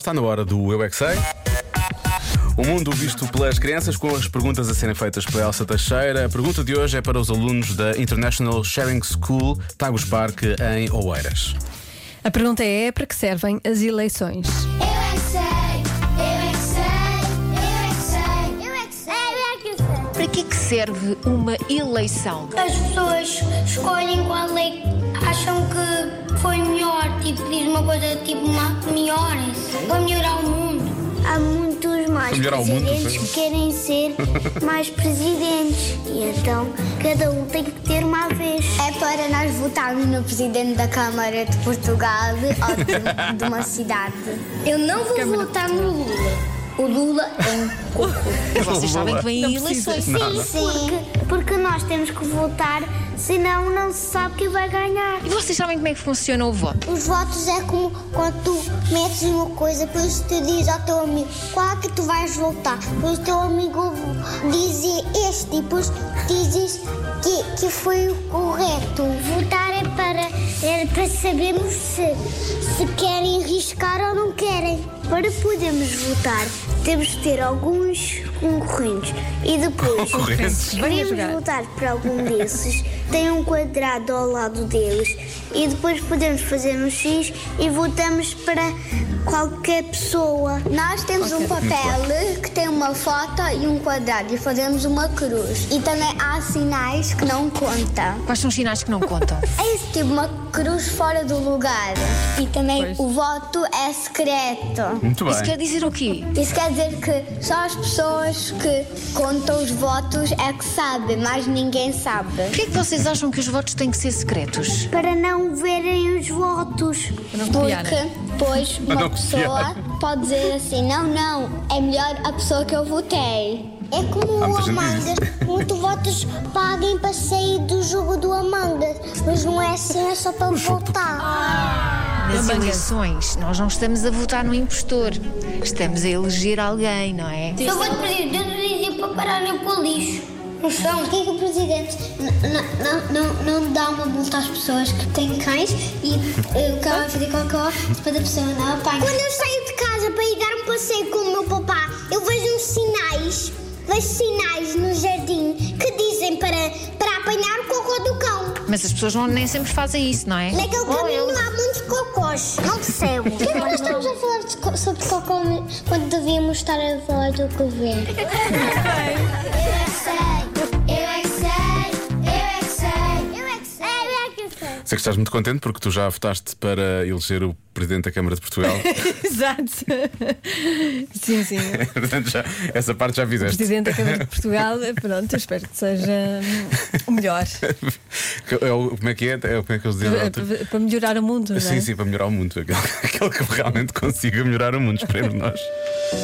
Está na hora do Eu é que Sei. O mundo visto pelas crianças com as perguntas a serem feitas por Elsa Teixeira. A pergunta de hoje é para os alunos da International Sharing School Tagus Park em Oeiras. A pergunta é para que servem as eleições? Eu é que sei, eu é que sei, eu é que sei, eu é que sei, eu é que sei. Para que, que serve uma eleição? As pessoas escolhem qual é que acham que foi melhor, tipo, diz uma coisa tipo melhor, para melhorar o mundo. Há muitos mais Para melhorar o mundo, presidentes sim. que querem ser mais presidentes. E então cada um tem que ter uma vez. É para nós votarmos no presidente da Câmara de Portugal ou de, de uma cidade. Eu não vou votar no Lula. O Lula é um Mas vocês sabem que vêm eleições. Sim, sim. Porque, porque nós temos que votar, senão não se sabe quem vai ganhar. E vocês sabem como é que funciona o voto? Os votos é como quando tu metes uma coisa, depois tu dizes ao teu amigo qual é que tu vais votar. Depois o teu amigo diz este e depois dizes que, que foi o correto. Votar é para, é para sabermos se, se querem arriscar ou não querem. Para podermos votar, temos que ter alguns concorrentes e depois Concorrentes? Vamos Podemos jogar. voltar para algum desses. Tem um quadrado ao lado deles. E depois podemos fazer um X e votamos para qualquer pessoa. Nós temos um papel que tem uma foto e um quadrado. E fazemos uma cruz. E também há sinais que não contam. Quais são os sinais que não contam? É esse tipo, uma cruz fora do lugar. E também Pois. o voto é secreto. Muito Isso quer bem. dizer o quê? Isso quer dizer que só as pessoas que contam os votos é que sabem, mas ninguém sabe. Porquê é que vocês acham que os votos têm que ser secretos? Para não verem os votos. Para não copiarem. Porque depois Para uma não pessoa pode dizer assim: não, não, é melhor a pessoa que eu votei. É como Há o muita gente que diz Amanda. Muitos votos paguem para sair do jogo do Amanda. Mas não é assim, é só para votar. Nas eleições, nós não estamos a votar no impostor. Estamos a eleger alguém, não é? Se eu vou presidente, eu dizia para pararem para o lixo. No chão. Por que, que o presidente não, não, não dá uma multa às pessoas que têm cães e eh, o cão vai fazer cocó para a pessoa não apanha? Quando eu saio de casa para ir dar um passeio com o meu papá, eu vejo uns sinais, vejo sinais no jardim que dizem para, para apanhar o cocó do cão. Mas as pessoas não, nem sempre fazem isso, não é? Naquele caminho há muitos cocós. Não percebo. Por que nós estamos a falar sobre cocó quando devíamos estar a falar do governo? Eu é que sei, eu é que sei, eu é que sei, eu é que sei, eu é que sei. Sei que estás muito contente porque tu já votaste para eleger o Presidente da Câmara de Portugal. Exato. Sim, sim. Portanto, já- essa parte já fizeste. Presidente da Câmara de Portugal, pronto, eu espero que seja hum, o melhor. É o- Como é que é? é? o- Como é que eles dizem? Para- Para para melhorar o mundo, não é? Sim, sim, para melhorar o mundo. Aquele, aquele que realmente consiga melhorar o mundo, esperemos nós.